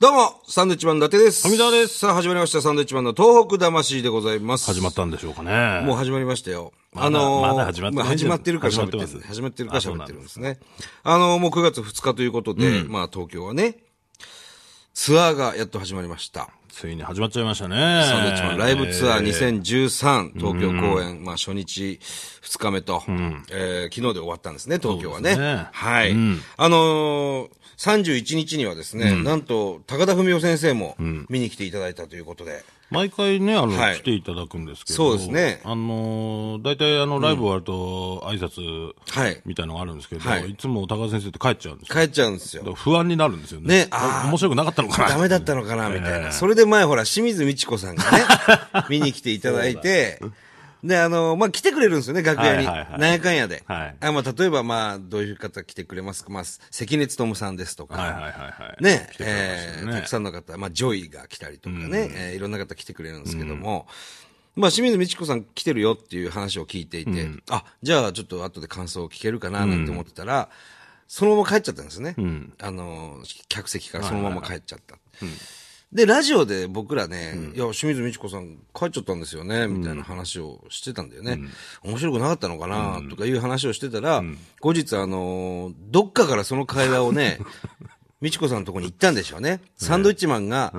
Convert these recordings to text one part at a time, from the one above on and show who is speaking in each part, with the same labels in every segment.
Speaker 1: どうも、サンドイッチマン伊達です。
Speaker 2: 富澤です。
Speaker 1: さあ、始まりました。サンドイッチマンの東北魂でございます。
Speaker 2: 始まったんでしょうかね。
Speaker 1: もう始まりましたよ。
Speaker 2: まだまだ始まって
Speaker 1: ま
Speaker 2: ない
Speaker 1: あ始まってるから喋ってる
Speaker 2: 始まってます
Speaker 1: 始まってるから喋ってるんですね。あの、もう9月2日ということで、まあ東京はね、ツアーがやっと始まりました。
Speaker 2: ついに始まっちゃいましたね。
Speaker 1: サンドイッチマンライブツアー
Speaker 2: え
Speaker 1: 2013、東京公演、まあ初日、2日目と、えー昨日で終わったんですね、東京はね。
Speaker 2: そうですね
Speaker 1: はい。あのー31日にはですね、なんと、高田文夫先生も見に来ていただいたということで、
Speaker 2: 毎回ね、あの、
Speaker 1: はい
Speaker 2: 来ていただくんですけど。
Speaker 1: そうですね
Speaker 2: あのー、大体あの、ライブ終わると挨拶
Speaker 1: はい。
Speaker 2: みたいのがあるんですけど、
Speaker 1: はい
Speaker 2: い、つも高田先生って帰っちゃうんですよ。
Speaker 1: 帰っちゃうんです
Speaker 2: だか
Speaker 1: よ。
Speaker 2: ら不安になるんですよね。
Speaker 1: ねあ
Speaker 2: あ
Speaker 1: ー
Speaker 2: 面白くなかったのかな。
Speaker 1: ダメだったのかな、みたいな。それで前ほら、清水美智子さんが ね、見に来ていただいて、で、あの、まあ、来てくれるんですよね、楽屋に。
Speaker 2: はいはいはい
Speaker 1: なんやかんやで。
Speaker 2: はい
Speaker 1: あまあ、例えば、まあ、どういう方来てくれますか、まあ、関根勤さんですとか、
Speaker 2: はいはいはいはい。
Speaker 1: ね
Speaker 2: 来、てくれました
Speaker 1: えー
Speaker 2: よね
Speaker 1: たくさんの方、まあ、ジョイが来たりとかね、えーいろんな方来てくれるんですけども、まあ、清水美智子さん来てるよっていう話を聞いていて、あ、じゃあちょっと後で感想を聞けるかななんて思ってたら、そのまま帰っちゃったんですね。あの、客席からそのまま帰っちゃった。で、ラジオで僕らね、いや、清水美智子さん帰っちゃったんですよね、みたいな話をしてたんだよね。面白くなかったのかな、とかいう話をしてたら、後日、あのーどっかからその会話をね、美智子さんのとこに行ったんでしょうね。サンドイッチマンが、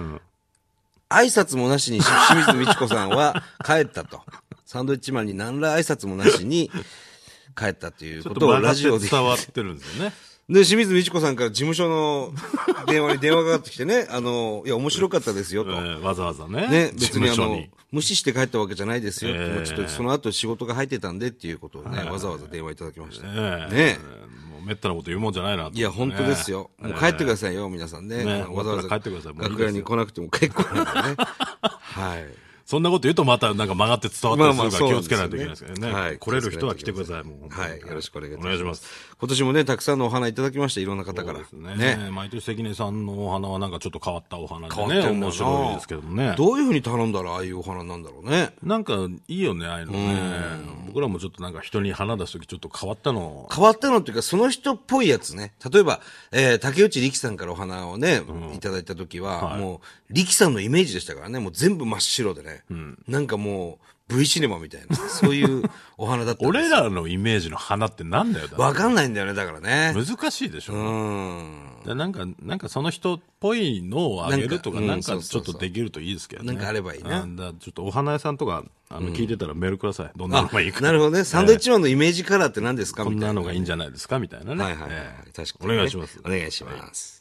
Speaker 1: 挨拶もなしに清水美智子さんは帰った と。サンドイッチマンに何ら挨拶もなしに帰ったという
Speaker 2: ちょ
Speaker 1: こ
Speaker 2: っ
Speaker 1: と
Speaker 2: と
Speaker 1: を
Speaker 2: ラ
Speaker 1: ラ
Speaker 2: ジ
Speaker 1: ジオ
Speaker 2: オ
Speaker 1: で
Speaker 2: で。伝わってるんですよね。
Speaker 1: で、清水美智子さんから事務所の電話に電話がかかってきてね、あの、いや、面白かったですよと。
Speaker 2: えーわざわざね。
Speaker 1: ね、別
Speaker 2: 事務
Speaker 1: にあ
Speaker 2: 所
Speaker 1: の
Speaker 2: に。、
Speaker 1: 無視して帰ったわけじゃないですよって、
Speaker 2: ええ
Speaker 1: まあちょっとその後仕事が入ってたんでっていうことをね、わざわざ電話いただきました。
Speaker 2: え
Speaker 1: ね
Speaker 2: ーもうめったなこと言うもんじゃないなと思って
Speaker 1: い
Speaker 2: ね
Speaker 1: や、本当ですよ。もう帰ってくださいよ、皆さんね。
Speaker 2: ね
Speaker 1: あのわざわざ
Speaker 2: 僕ら帰ってくださいもういいです
Speaker 1: 楽
Speaker 2: よ
Speaker 1: 屋に来なくても結構なんでね。 はい。
Speaker 2: そんなこと言うとまたなんか曲がって伝わったりするから気をつけないといけないですけど
Speaker 1: ま
Speaker 2: ね。
Speaker 1: あまあそうなんですよねはい
Speaker 2: 来れる人は来てください。もう
Speaker 1: はい。よろしくお願いいたし
Speaker 2: お
Speaker 1: ま
Speaker 2: 願い
Speaker 1: す。
Speaker 2: します。
Speaker 1: 今年もね、たくさんのお花いただきました、いろんな方から。
Speaker 2: そうですね。毎年関根さんのお花はなんかちょっと変わったお花で
Speaker 1: 変わって
Speaker 2: ね。
Speaker 1: るんだな
Speaker 2: 面白いですけどね。
Speaker 1: どういうふうに頼んだらああいうお花なんだろうね。
Speaker 2: なんかいいよね、ああいうのね。僕らもちょっとなんか人に花出すときちょっと変わったのを
Speaker 1: 変わったのっていうか、その人っぽいやつね。例えば、えー竹内力さんからお花をね、いただいた時は、もう、力さんのイメージでしたからね、もう全部真っ白でね。なんかもう、V シネマみたいな、 そういうお花だったんです
Speaker 2: 俺らのイメージの花ってなんだよ、だか
Speaker 1: わかんないんだよね、だからね。
Speaker 2: ら難しいでしょ。
Speaker 1: うん。
Speaker 2: でなんか、なんかその人っぽいのをあげるとか、
Speaker 1: な
Speaker 2: なんん
Speaker 1: かう
Speaker 2: か
Speaker 1: ん
Speaker 2: ちょっとできるといいですけどね。
Speaker 1: そうそうそうなんかあればいいな
Speaker 2: うんだからちょっとお花屋さんとか、あの、聞いてたらメールください。どんなのがいいか。
Speaker 1: なるほどね。サンドイッチマンのイメージカラーって何ですか
Speaker 2: こ
Speaker 1: み
Speaker 2: ん
Speaker 1: たいな。
Speaker 2: なのがいいんじゃないですかみたいなね。
Speaker 1: はいはいはい
Speaker 2: ええ。
Speaker 1: 確かにね、
Speaker 2: お願いします
Speaker 1: お。願いします。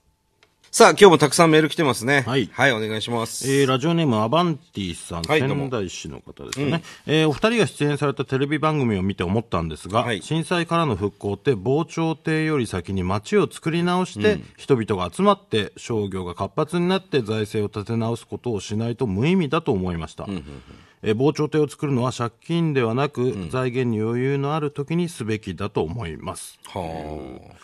Speaker 1: さあ、今日もたくさんメール来てますね。
Speaker 2: はい
Speaker 1: はい、お願いします。
Speaker 2: えーラジオネームアバンティさん、
Speaker 1: はいどうも
Speaker 2: 仙台市の方ですね、えーお二人が出演されたテレビ番組を見て思ったんですが、
Speaker 1: はい
Speaker 2: 震災からの復興って防潮堤より先に町を作り直して、人々が集まって商業が活発になって財政を立て直すことをしないと無意味だと思いました、えー防潮堤を作るのは借金ではなく、財源に余裕のある時にすべきだと思います
Speaker 1: はあ。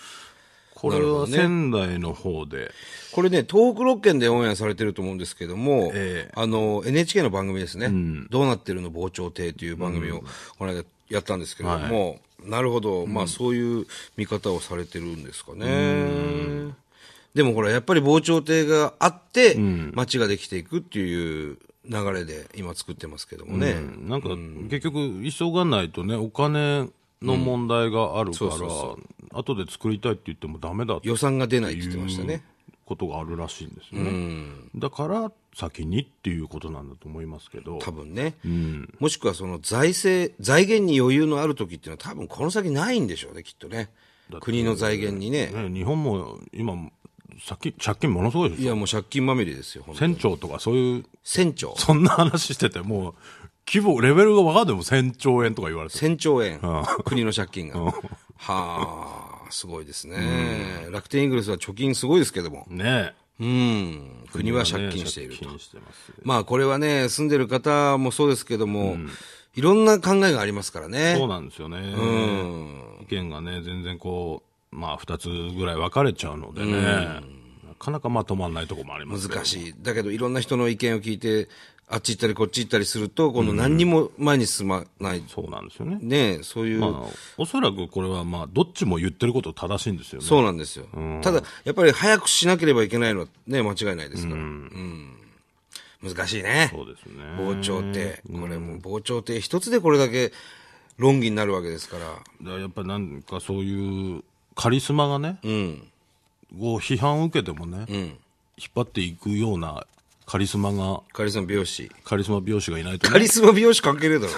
Speaker 2: これは仙台の方で、
Speaker 1: これね、東北6県でオンエアされてると思うんですけども、
Speaker 2: え
Speaker 1: あの、NHK の番組ですね、どうなってるの傍聴亭という番組を、この間やったんですけれども、なるほど、まあそういう見方をされてるんですかね。でもほら、やっぱり傍聴亭があって、街ができていくっていう流れで今作ってますけどもね。
Speaker 2: うんなんか、結局、急がないとね、お金の問題があるから、後で作りたいって言ってもダメだってい
Speaker 1: 予
Speaker 2: う
Speaker 1: 算が出ないって言ってましたね。
Speaker 2: ことがあるらしいんですよね。だから、先にっていうことなんだと思いますけど、
Speaker 1: 多分ね、もしくはその財政、財源に余裕のある時っていうのは、多分この先ないんでしょうね、きっとね、国の財源にね、
Speaker 2: ね、日本も今、借金、借金ものすごいで
Speaker 1: い
Speaker 2: しょ。
Speaker 1: や、もう借金まみれですよ、本当に
Speaker 2: 船長とかそういう、
Speaker 1: 1000兆、
Speaker 2: そんな話してて、もう、規模、レベルが分かんでも1000兆円とか言われてる
Speaker 1: 1000兆円、国の借金が。はあ、すごいですね、楽天イーグルスは貯金すごいですけども、
Speaker 2: ね
Speaker 1: うん、国は借金している
Speaker 2: ね
Speaker 1: と。
Speaker 2: 借金してます
Speaker 1: まあ、これはね、住んでる方もそうですけども、いろんな考えがありますから
Speaker 2: そ
Speaker 1: ね。
Speaker 2: うなんですよね。
Speaker 1: うん
Speaker 2: 意見がね、全然こう、まあ、二つぐらい分かれちゃうのでね、なかなかまとまらないところもありますけど
Speaker 1: 難しい。だけど、いろんな人の意見を聞いて、あっち行ったりこっち行ったりすると、今度何にも前に進まない。
Speaker 2: そうなんですよね。
Speaker 1: ねそういう、
Speaker 2: まあ、おそらくこれはまあ、どっちも言ってること正しいんですよね。
Speaker 1: そうなんですよ。ただ、やっぱり早くしなければいけないのはね、間違いないですから。うん難しいね。
Speaker 2: そうですね。
Speaker 1: 傍聴って、これもう傍聴って一つでこれだけ論議になるわけですから。
Speaker 2: だからやっぱりなんかそういうカリスマがね、
Speaker 1: うん。
Speaker 2: こう批判を受けてもね、引っ張っていくようなカリスマが、
Speaker 1: カリスマ美容師。
Speaker 2: カリスマ美容師がいないと
Speaker 1: カ
Speaker 2: ね、
Speaker 1: リスマ美容師関係ねえだろ。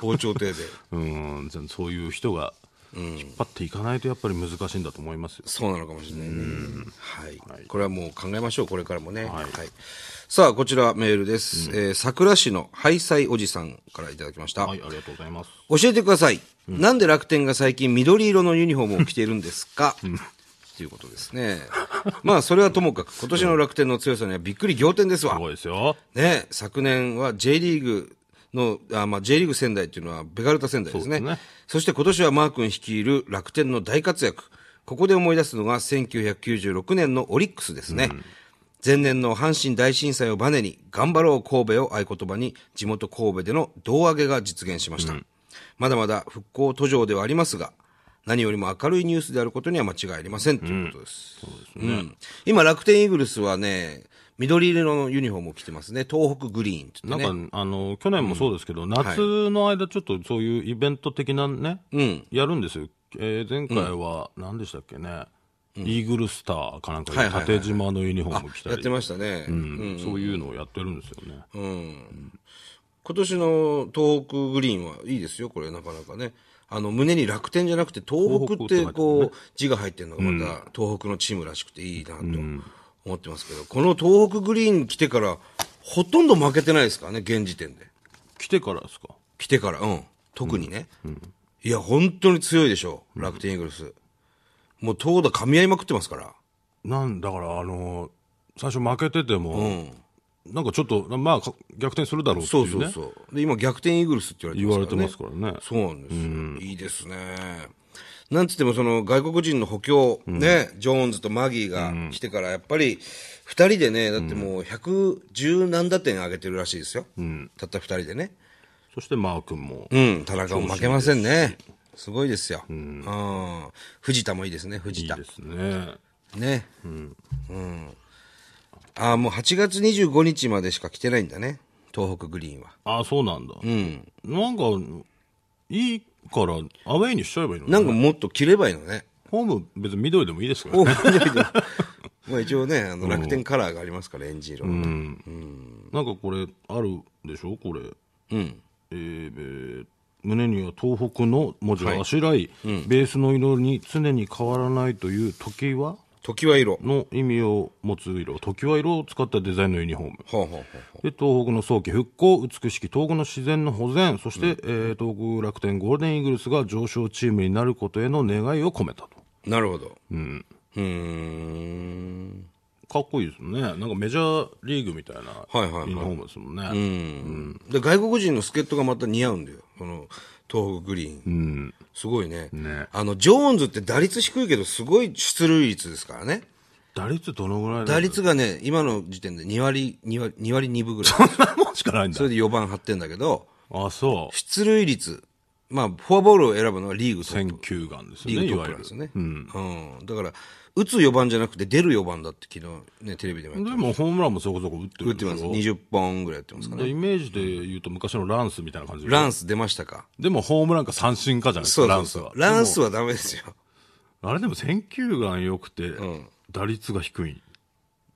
Speaker 1: 傍聴亭で。
Speaker 2: うん、じゃあそういう人が引っ張っていかないとやっぱり難しいんだと思いますよ。
Speaker 1: そうなのかもしれないね。はい
Speaker 2: はい。
Speaker 1: これはもう考えましょう、これからもね。
Speaker 2: は
Speaker 1: はいい。さあ、こちらメールです。えー桜市のハイサイおじさんからいただきました。
Speaker 2: はい、ありがとうございます。
Speaker 1: 教えてください、なんで楽天が最近緑色のユニフォームを着ているんですか、っていうことですね。まあ、それはともかく、今年の楽天の強さにはびっくり仰天です
Speaker 2: す
Speaker 1: わ。
Speaker 2: ごいですよ。
Speaker 1: ね、昨年は J リーグの、あまあ、J リーグ仙台っていうのはベガルタ仙台ですね。
Speaker 2: そう
Speaker 1: そ
Speaker 2: ですね
Speaker 1: して今年はマー君率いる楽天の大活躍。ここで思い出すのが1996年のオリックスですね。前年の阪神大震災をバネに、頑張ろう神戸を合言葉に、地元神戸での胴上げが実現しました。まだまだ復興途上ではありますが、何よりも明るいニュースであることには間違いありませんということです。うん今、楽天イーグルスはね、緑色のユニフォームを着てますね。東北グリーンって言
Speaker 2: な
Speaker 1: っ
Speaker 2: ん
Speaker 1: てね。
Speaker 2: か、あの、去年もそうですけど、夏の間ちょっとそういうイベント的なね、
Speaker 1: ん
Speaker 2: やるんですよ。えー前回は何でしたっけね、イーグルスターかなんか
Speaker 1: はい
Speaker 2: で
Speaker 1: はいはい
Speaker 2: 縦縞のユニフォーム着た
Speaker 1: やっ
Speaker 2: り、
Speaker 1: てましたね。
Speaker 2: うんそういうのをやってるんですよね。
Speaker 1: 今年の東北グリーンはいいですよ、これ、なかなかね。あの、胸に楽天じゃなくて、東北ってこう、字が入ってるのがまた、東北のチームらしくていいなと思ってますけど、この東北グリーン来てから、ほとんど負けてないですからね、現時点で。
Speaker 2: 来てからですか
Speaker 1: 来てから、うん。特にね。いや、本当に強いでしょう、楽天イーグルス。もう投打噛み合いまくってますから。
Speaker 2: なんだから、あの最初負けてても、なんかちょっと、まあ、か逆転するだろうってい
Speaker 1: そう
Speaker 2: う
Speaker 1: そう
Speaker 2: ね、
Speaker 1: そう。で、今、逆転イーグルスって言
Speaker 2: 言
Speaker 1: わ
Speaker 2: わ
Speaker 1: れ
Speaker 2: れ
Speaker 1: て
Speaker 2: て
Speaker 1: ま
Speaker 2: ますす
Speaker 1: か
Speaker 2: から
Speaker 1: ね。
Speaker 2: らね。
Speaker 1: そうなんですよ、いいですね。なんつってもその外国人の補強、ね、ジョーンズとマギーが来てから、やっぱり二人でね、だってもう110何打点上げてるらしいですよ。たった二人でね。
Speaker 2: そしてマー君も、
Speaker 1: うん、田中も負けませんね。すごいですよ。うん。藤田もいいですね、藤
Speaker 2: いい
Speaker 1: 田。
Speaker 2: ですね。
Speaker 1: ね。うん。ああ、もう8月25日までしか来てないんだね。東北グリーンは。
Speaker 2: ああ、そうなんだ。
Speaker 1: うん。
Speaker 2: なんか、いいから、アウェイにしちゃえばいいのに
Speaker 1: なんかもっと切ればいいのね。
Speaker 2: ホーム、別に緑でもいいですから
Speaker 1: オ
Speaker 2: ね。
Speaker 1: ープンじゃないけどまあ一応ね、あの楽天カラーがありますから、エンジン色のね。
Speaker 2: なんかこれ、あるでしょこれ。
Speaker 1: うん。
Speaker 2: えーえー胸には東北の文字をあしらい、ベースの色に常に変わらないという時は
Speaker 1: 時は色。ほう
Speaker 2: の意味を持つ色、時は色を使ったデザインのユニフォーム。
Speaker 1: ほうほうほ
Speaker 2: で東北の早期復興、美しき東北の自然の保全、そして、えー東北楽天ゴールデンイーグルスが上昇チームになることへの願いを込めたと。
Speaker 1: う。なるほど。うん。うーん。
Speaker 2: かっこいいですね。なんかメジャーリーグみたいな
Speaker 1: はいはいはい
Speaker 2: ユニフォームですもんね。
Speaker 1: うん。で、外国人の助っ人がまた似合うんだよ。この、東北グリーン。すごいね。
Speaker 2: ね
Speaker 1: あの、ジョーンズって打率低いけど、すごい出塁率ですからね。
Speaker 2: 打率どのぐらいなんだ
Speaker 1: 打率がね、今の時点で2割、2割、2割2分ぐらい。
Speaker 2: そんなもんしかないんだ
Speaker 1: そ。れで4番張ってんだけど、
Speaker 2: あ、そう。
Speaker 1: 出塁率。まあ、フォアボールを選ぶのはリーグトップ
Speaker 2: 選球眼です
Speaker 1: リ
Speaker 2: よね、
Speaker 1: ー
Speaker 2: い
Speaker 1: グトッ
Speaker 2: わ
Speaker 1: プ
Speaker 2: ゆ
Speaker 1: なん
Speaker 2: る
Speaker 1: で。すよね。うん。だから、打つ4番じゃなくて出る4番だって昨日ね、テレビでもや
Speaker 2: で
Speaker 1: って
Speaker 2: もホームランもそこそこ打って
Speaker 1: 打っ
Speaker 2: る
Speaker 1: て
Speaker 2: でしょ
Speaker 1: ます。20本ぐらいやってますか
Speaker 2: で
Speaker 1: ね。
Speaker 2: イメージで言うと昔のランスみたいな感じでしょ
Speaker 1: ランス出ましたか
Speaker 2: でもホームランか三振かじゃないです
Speaker 1: そ
Speaker 2: か、
Speaker 1: う
Speaker 2: ラ
Speaker 1: そ
Speaker 2: ン
Speaker 1: う
Speaker 2: ス
Speaker 1: そう
Speaker 2: は。。
Speaker 1: ランスはダメですよ。
Speaker 2: あれでも選球眼良くて、打率が低い。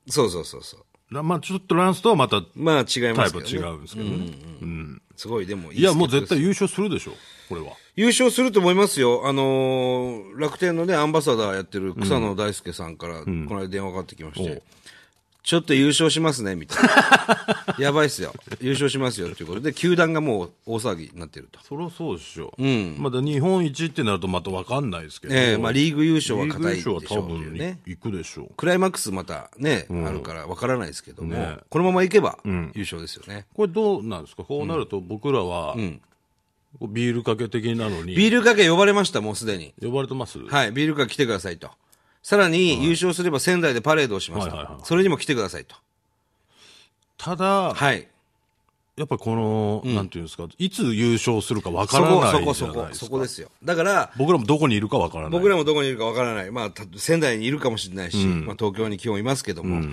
Speaker 1: そうそうそうそう。
Speaker 2: らまあちょっとランスとはまた
Speaker 1: まあ違い
Speaker 2: タ
Speaker 1: ま
Speaker 2: イ
Speaker 1: す
Speaker 2: プ
Speaker 1: け
Speaker 2: は
Speaker 1: ど、ね。
Speaker 2: 違うんですけどね。
Speaker 1: すごい、でもいい
Speaker 2: いや、もう絶
Speaker 1: 助っ
Speaker 2: 対優勝するでしょ、これは。
Speaker 1: 人優勝すると思いますよ。あのー楽天のね、アンバサダーやってる草野大輔さんから、この間電話かかってきまして、
Speaker 2: おう
Speaker 1: ちょっと優勝しますね、みたいな。 やばいっすよ。優勝しますよ、ということで、球団がもう大騒ぎになってると。
Speaker 2: そりゃそうでしょ。まだ日本一ってなるとまたわかんないですけど。
Speaker 1: ええまあ、リーグ優勝は
Speaker 2: リーグ
Speaker 1: 硬
Speaker 2: 優
Speaker 1: いでし
Speaker 2: 勝
Speaker 1: ょう
Speaker 2: は
Speaker 1: ってい
Speaker 2: 多
Speaker 1: うね
Speaker 2: 分。いくでしょう。
Speaker 1: クライマックスまたね、あるから分からないですけども、
Speaker 2: ね
Speaker 1: このままいけば優勝ですよね。
Speaker 2: これどうなんですかこうなると僕らは、こうビールかけ的なのに
Speaker 1: ビールかけ呼ばれました、もうすでに。
Speaker 2: 呼ばれてます、
Speaker 1: はい、ビールかけ来てくださいと。さらに優勝すれば仙台でパレードをします
Speaker 2: はいはいはい
Speaker 1: と。それにも来てくださいと。
Speaker 2: ただ、
Speaker 1: はい。
Speaker 2: やっぱこの、なんていうんですか、いつ優勝するかわ
Speaker 1: そ
Speaker 2: からないじゃない
Speaker 1: こ、
Speaker 2: です
Speaker 1: そこ、そ
Speaker 2: か。
Speaker 1: こ、そこですよ。だから、
Speaker 2: 僕らもどこにいるかわからない。
Speaker 1: 僕らもどこにいるかわからない。まあ、た仙台にいるかもしれないし、まあ、東京に今日いますけども、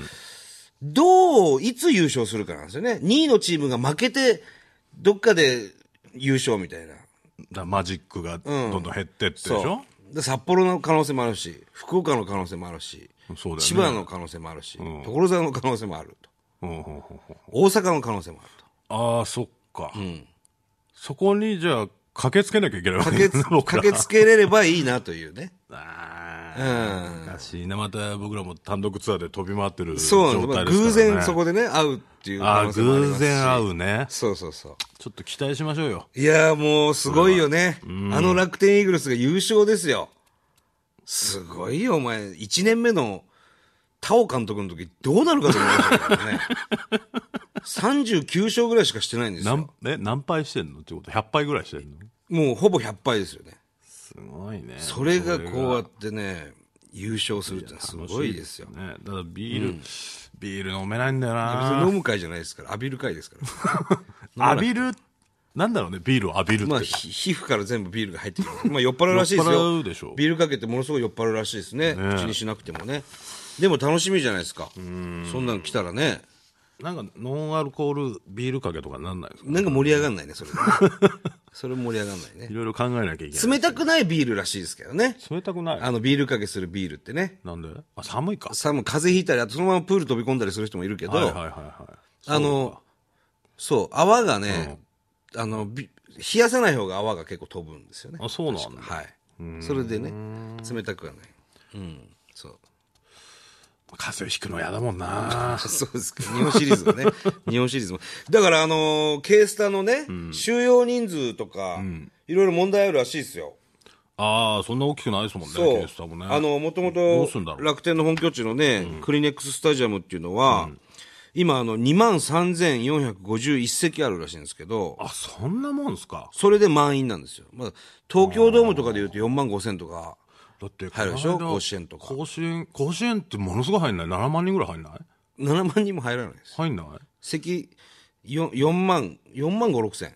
Speaker 1: どう、いつ優勝するかなんですよね。2位のチームが負けて、どっかで優勝みたいな。
Speaker 2: だマジックがどんどん減ってってでし
Speaker 1: そ
Speaker 2: ょ、
Speaker 1: う。で札幌の可能性もあるし、福岡の可能性もあるし、
Speaker 2: そうだよね
Speaker 1: 千葉の可能性もあるし、所沢の可能性もあると。
Speaker 2: ほうほうほうほう
Speaker 1: 大阪の可能性もあると。
Speaker 2: ああ、そっか、そこにじゃあ、駆けつけなきゃいけないわけ
Speaker 1: 駆けつ
Speaker 2: 僕ら
Speaker 1: 駆けつけれればいいなというね。
Speaker 2: あー難しいな。また僕らも単独ツアーで飛び回ってる
Speaker 1: そうな
Speaker 2: 状
Speaker 1: んです、まあ
Speaker 2: 態ですからね。
Speaker 1: 偶然そこでね、会うっていう可
Speaker 2: ああ、
Speaker 1: 能性もありま
Speaker 2: 偶
Speaker 1: すし。
Speaker 2: 然会
Speaker 1: う。
Speaker 2: うね。
Speaker 1: そうそうそう。
Speaker 2: ちょっと期待しましょうよ。
Speaker 1: いやーもうすごいよね。あの楽天イーグルスが優勝ですよ。すごいよ、お前。1年目の田尾監督の時どうなるかと思いましたから ね。39勝ぐらいしかしてないんですよ。
Speaker 2: 何、え、何敗してんのってこと ?100 敗ぐらいしてんの
Speaker 1: もうほぼ100敗ですよね。
Speaker 2: すごいね。
Speaker 1: それがこうやってね、優勝するってのはすごいですよ。
Speaker 2: ね、ただビール、ビール飲めないんだよ
Speaker 1: 別
Speaker 2: な
Speaker 1: に飲む会じゃないですから、浴びる会です から。
Speaker 2: 浴びる、なんだろうね、ビールを浴びるって。
Speaker 1: まあ、ひ皮膚から全部ビールが入ってくる。まあ、酔っ払うらしいです
Speaker 2: 酔っ払
Speaker 1: よ。
Speaker 2: うでしょ
Speaker 1: ビールかけてものすごい酔っ払うらしいですね。口にしなくてもね。でも楽しみじゃないですか。そんなん来たらね。
Speaker 2: なんかノンアルコールビールかけとかなんないですか
Speaker 1: なんか盛り上がんないね、それね。 それ盛り上がんない
Speaker 2: い
Speaker 1: ね。
Speaker 2: ろいろ考えなきゃいけない。
Speaker 1: 冷たくないビールらしいですけどね。
Speaker 2: 冷たくない
Speaker 1: あの、ビールかけするビールってね。
Speaker 2: なんであ、寒いか。
Speaker 1: さもう風邪ひいたり、あとそのままプール飛び込んだりする人もいるけど、
Speaker 2: はいはいはいはい。
Speaker 1: あの、そう、泡がね、あの、び冷やさない方が泡が結構飛ぶんですよね。
Speaker 2: あ、そうなんだ。
Speaker 1: はい。それでね、冷たくはない。うん。そう。
Speaker 2: 風邪ひくの嫌だもんな。
Speaker 1: そうですか。日本シリーズも ね。日本シリーズも。だから、あのー、ケースタのね、収容人数とか、いろいろ問題あるらしいですよ。
Speaker 2: ああ、そんな大きくないですもんね、ケ
Speaker 1: そう。
Speaker 2: ースタもね。
Speaker 1: あの、もとも
Speaker 2: どう
Speaker 1: と
Speaker 2: すんだろう
Speaker 1: 楽天の本拠地のね、クリネックススタジアムっていうのは、今、あの、23,451席あるらしいんですけど、
Speaker 2: あ、そんなもんすか。
Speaker 1: それで満員なんですよ。まあ、東京ドームとかで言うと4万5千とか。
Speaker 2: だって、
Speaker 1: 入るでしょ
Speaker 2: この間
Speaker 1: 甲子園とか
Speaker 2: 甲子園、甲子園ってものすごい入んない ?7 万人ぐらい入んない
Speaker 1: 7万人も入らないです。
Speaker 2: 入んない
Speaker 1: 席4、4万、4万5、6千。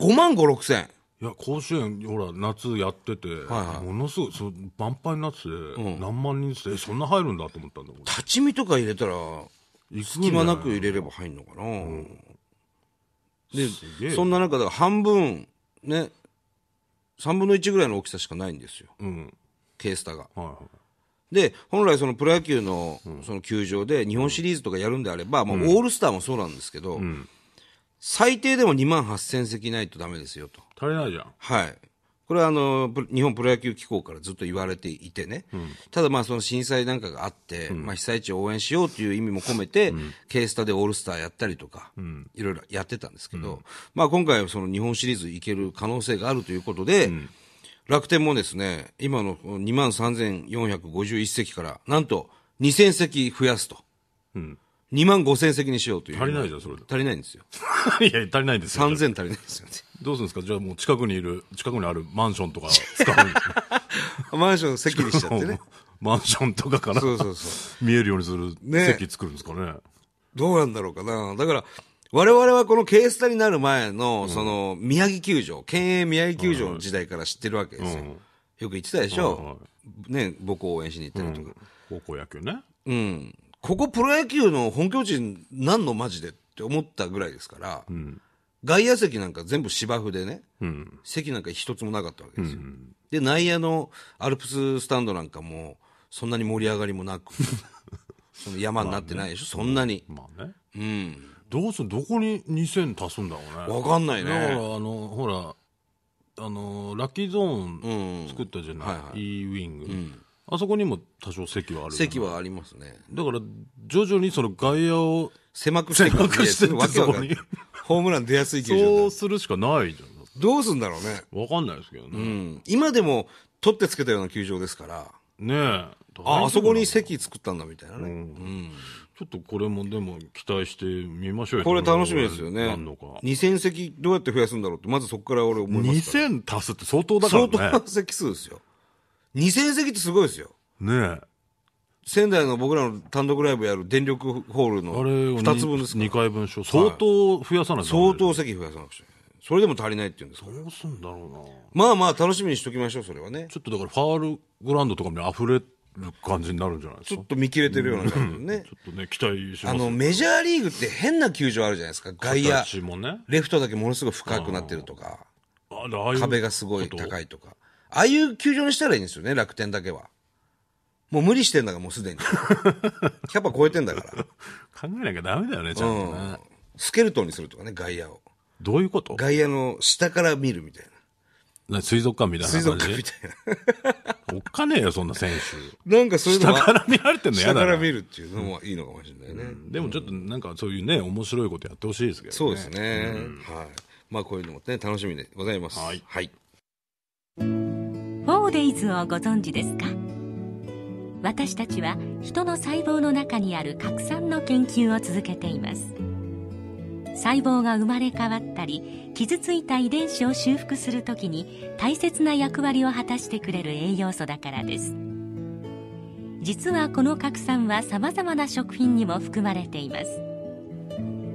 Speaker 1: 5万5、6千。
Speaker 2: いや、甲子園、ほら、夏やってて、ものすごい、そう満杯になってて、何万人って、えそんな入るんだと思ったんだ、俺。
Speaker 1: 立ち見とか入れたら、
Speaker 2: 行くんじ
Speaker 1: 隙
Speaker 2: ゃない
Speaker 1: 間なく入れれば入んのかな。
Speaker 2: すげ
Speaker 1: で、
Speaker 2: え
Speaker 1: そんな中、だから半分、ね、3分の1ぐらいの大きさしかないんですよ。
Speaker 2: うん。
Speaker 1: ケースタが。
Speaker 2: はいはい。
Speaker 1: で、本来そのプロ野球の、その球場で日本シリーズとかやるんであれば、まあオールスターもそうなんですけど、最低でも2万8000席ないとダメですよと。
Speaker 2: 足りないじゃん。
Speaker 1: はい。これはあの、プ日本プロ野球機構からずっと言われていてね。ただまあその震災なんかがあって、まあ被災地を応援しようという意味も込めて、ケースタでオールスターやったりとか、いろいろやってたんですけど、まあ今回はその日本シリーズ行ける可能性があるということで、楽天もですね、今の2万3451席から、なんと2000席増やすと。2万5000席にしようという。。
Speaker 2: 足りないじゃん、それで
Speaker 1: 足りないんですよ。
Speaker 2: いや、足りないですよ。
Speaker 1: 3000足りないですよ ね。
Speaker 2: どうするんですかじゃあもう近くにいる、近くにあるマンションとか使 うんですか
Speaker 1: マンション席にしちゃってね。
Speaker 2: マンションとかから
Speaker 1: そうそうそう。
Speaker 2: 見えるようにする
Speaker 1: ね
Speaker 2: 席作るんですかね。
Speaker 1: どうなんだろうかな。だから、我々はこのケースタになる前の、その、宮城球場、県営宮城球場の時代から知ってるわけですよ。よく言ってたでしょ。ね、僕を応援しに行ったりとか。
Speaker 2: 高校野球ね。
Speaker 1: うん。ここプロ野球の本拠地なんのマジでって思ったぐらいですから、外野席なんか全部芝生でね、席なんか一つもなかったわけですよ。で、内野のアルプススタンドなんかも、そんなに盛り上がりもな く、その山になってないでしょ、そんなに。
Speaker 2: まあね。
Speaker 1: うん。
Speaker 2: どうするどこに2000足すんだろうね。
Speaker 1: わかんない
Speaker 2: だから、あ
Speaker 1: ね。
Speaker 2: の、ほら、あの、ラッキーゾーン作ったじゃ
Speaker 1: はいは
Speaker 2: ない。E ウィング。あそこにも多少席はある。
Speaker 1: 席。はありますね。
Speaker 2: だから、徐々にその外野を、
Speaker 1: 狭くして
Speaker 2: 狭くしてって
Speaker 1: わけわかんない
Speaker 2: とこ
Speaker 1: ホームラン出やすい球場にな
Speaker 2: そ
Speaker 1: る
Speaker 2: うするしかないじゃ
Speaker 1: どうすんだろうね。
Speaker 2: ん。わかんないですけど
Speaker 1: う
Speaker 2: ね。
Speaker 1: ん。今でも取ってつけたような球場ですから、
Speaker 2: ねえ。
Speaker 1: あ、あそこに席作ったんだみたいなね。
Speaker 2: ちょっとこれもでも期待してみましょうよ
Speaker 1: これ楽しみですよね。
Speaker 2: なんのか。
Speaker 1: 2000席どうやって増やすんだろうって、まずそこから俺思いますから。
Speaker 2: 2000足すって相当だか
Speaker 1: 相
Speaker 2: ら
Speaker 1: 当
Speaker 2: ね
Speaker 1: な。席数ですよ。2000席ってすごいですよ。
Speaker 2: ねえ。
Speaker 1: 仙台の僕らの単独ライブやる電力ホールの
Speaker 2: あれを
Speaker 1: 2つ分ですか
Speaker 2: 2
Speaker 1: ら
Speaker 2: 回分しよう相当増やさないとダメ
Speaker 1: 相当席増やさなくちゃそれでも足りないっていうんですか
Speaker 2: どうすんだろうな
Speaker 1: まあまあ楽しみにしときましょうそれはね
Speaker 2: ちょっとだからファールグラウンドとかに溢れる感じになるんじゃないです
Speaker 1: ちょ
Speaker 2: か
Speaker 1: っと見切れてるような感じのね
Speaker 2: ちょっとね期待しま
Speaker 1: あ
Speaker 2: す
Speaker 1: のメジャーリーグって変な球場あるじゃないですか外野
Speaker 2: 形もね
Speaker 1: レフトだけものすごい深くなってるとか
Speaker 2: あああいう
Speaker 1: 壁がすごい高いとかああいう球場にしたらいいんですよね楽天だけはもう無理してんだからもうす でにキャパ超えてんだから
Speaker 2: 考えなきゃダメだよねちゃんとね、
Speaker 1: スケルトンにするとかね外野を
Speaker 2: どういうこと
Speaker 1: 外野の下から見るみたいな
Speaker 2: な水族館みたい
Speaker 1: 水
Speaker 2: な
Speaker 1: 族
Speaker 2: 感
Speaker 1: 館み
Speaker 2: じ
Speaker 1: たい
Speaker 2: おっかねえよそんな選
Speaker 1: ななんかそういう
Speaker 2: 手
Speaker 1: の
Speaker 2: 下
Speaker 1: が
Speaker 2: から見られてんの
Speaker 1: 下
Speaker 2: 嫌だ
Speaker 1: から
Speaker 2: な
Speaker 1: 見るっていうのもいいのかもしれないね、
Speaker 2: でもちょっとなんかそういうね面白いことやってほしいですけどね
Speaker 1: そうですね、はいまあこういうのもね楽しみでございます
Speaker 2: はい
Speaker 1: はい
Speaker 3: フォーデイズをご存知ですか私たちは人の細胞の中にある核酸の研究を続けています細胞が生まれ変わったり傷ついた遺伝子を修復するときに大切な役割を果たしてくれる栄養素だからです実はこの核酸は様々な食品にも含まれています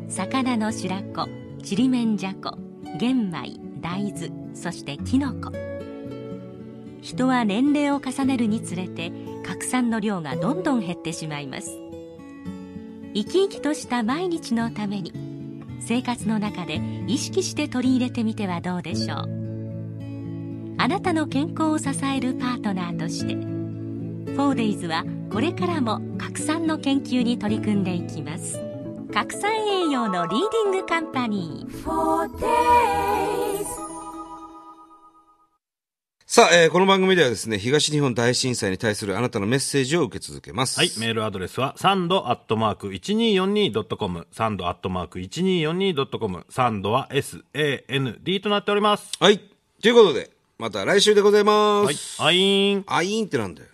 Speaker 3: 魚の白子ちりめんじゃこ玄米大豆そしてきのこ人は年齢を重ねるにつれて核酸の量がどんどん減ってしまいます生き生きとした毎日のために生活の中で意識して取り入れてみてはどうでしょうあなたの健康を支えるパートナーとして 4days はこれからも核酸の研究に取り組んでいきます核酸栄養のリーディングカンパニー
Speaker 1: さあ、えーこの番組ではですね東日本大震災に対するあなたのメッセージを受け続けます
Speaker 2: はい、メールアドレスは、サンドアットマーク 1242.com、サンドアットマーク 1242.com、サンドは SAND となっております。
Speaker 1: はいということでまた来週でございます、
Speaker 2: はい、あいーん。
Speaker 1: あいーんってなんだよ